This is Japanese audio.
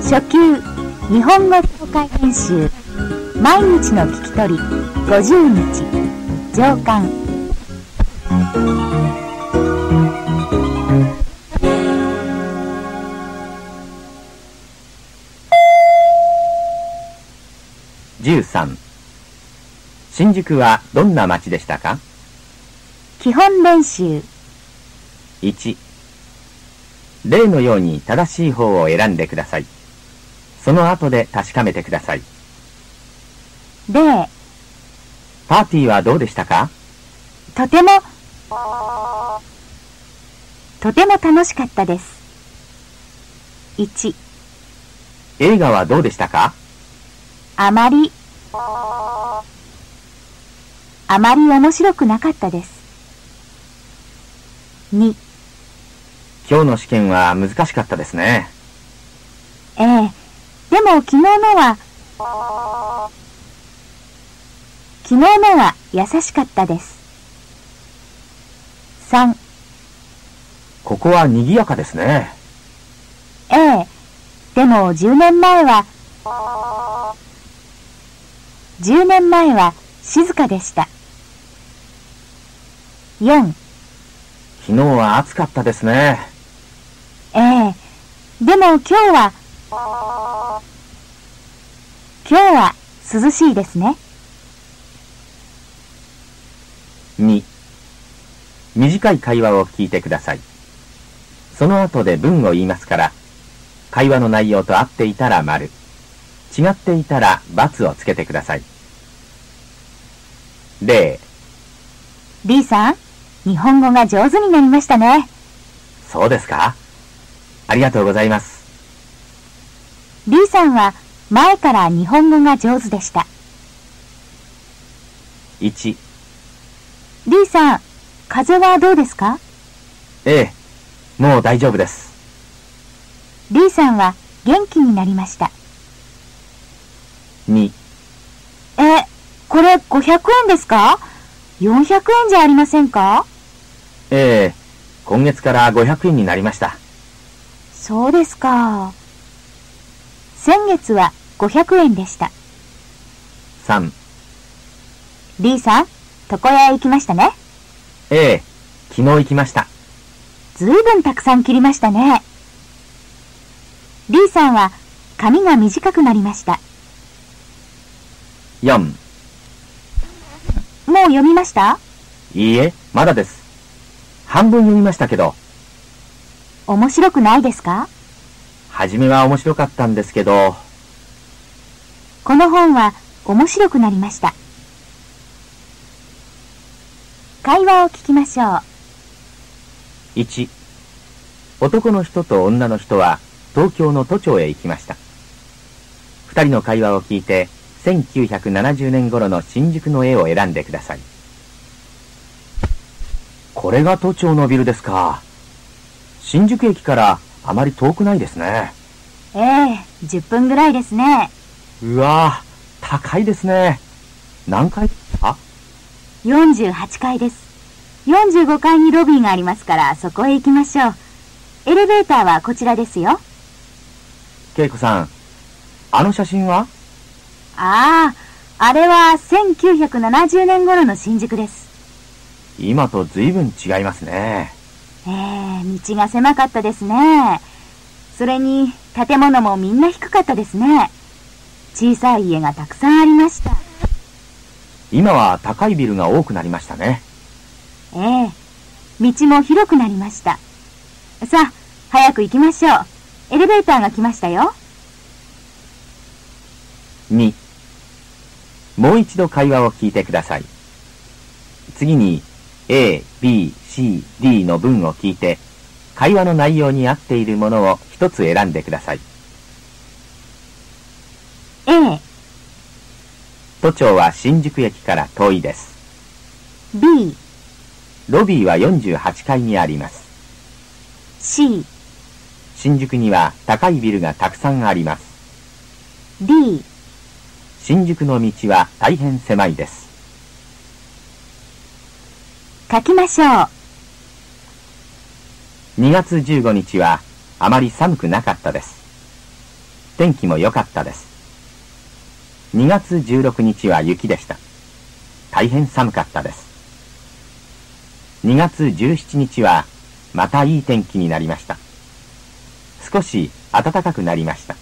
初級日本語公開研修毎日の聞き取り50日上巻13新宿はどんな街でしたか基本練習1例のように正しい方を選んでくださいその後で確かめてください0パーティーはどうでしたかとてもとても楽しかったです1映画はどうでしたかあまりあまり面白くなかったです2今日の試験は難しかったですねええでも昨日のは昨日のは優しかったです3ここは賑やかですねええでも10年前は10年前は静かでした4昨日は暑かったですねええでも今日は今日は涼しいですね2短い会話を聞いてくださいその後で文を言いますから会話の内容と合っていたら丸違っていたら×をつけてください0 B さん日本語が上手になりましたねそうですかありがとうございます B さんは前から日本語が上手でした1 B さん風邪はどうですかええもう大丈夫です B さんは元気になりました2えこれ500円ですか400円じゃありませんかええ今月から500円になりましたそうですか先月は500円でした3 B さん床屋へ行きましたねええ昨日行きましたずいぶんたくさん切りましたね B さんは髪が短くなりました4もう読みましたいいえまだです半分読みましたけど面白くないですか初めは面白かったんですけどこの本は面白くなりました会話を聞きましょう1男の人と女の人は東京の都庁へ行きました2人の会話を聞いて1970年頃の新宿の絵を選んでくださいこれが都庁のビルですか新宿駅からあまり遠くないですねええ10分ぐらいですねうわぁ高いですね何階ですか48階です45階にロビーがありますからそこへ行きましょうエレベーターはこちらですよ恵子さんあの写真はあああれは1970年頃の新宿です今と随分違いますねええ道が狭かったですね。それに、建物もみんな低かったですね。小さい家がたくさんありました。今は高いビルが多くなりましたねええ道も広くなりました。さあ、早く行きましょう。エレベーターが来ましたよ。 2もう一度会話を聞いてください次に A、B、C、D の文を聞いて会話の内容に合っているものを一つ選んでください A、都庁は新宿駅から遠いです B、ロビーは48階にあります C、新宿には高いビルがたくさんあります D、新宿の道は大変狭いです書きましょう。 2月15日はあまり寒くなかったです。天気も良かったです。2月16日は雪でした。大変寒かったです。2月17日はまたいい天気になりました。少し暖かくなりました。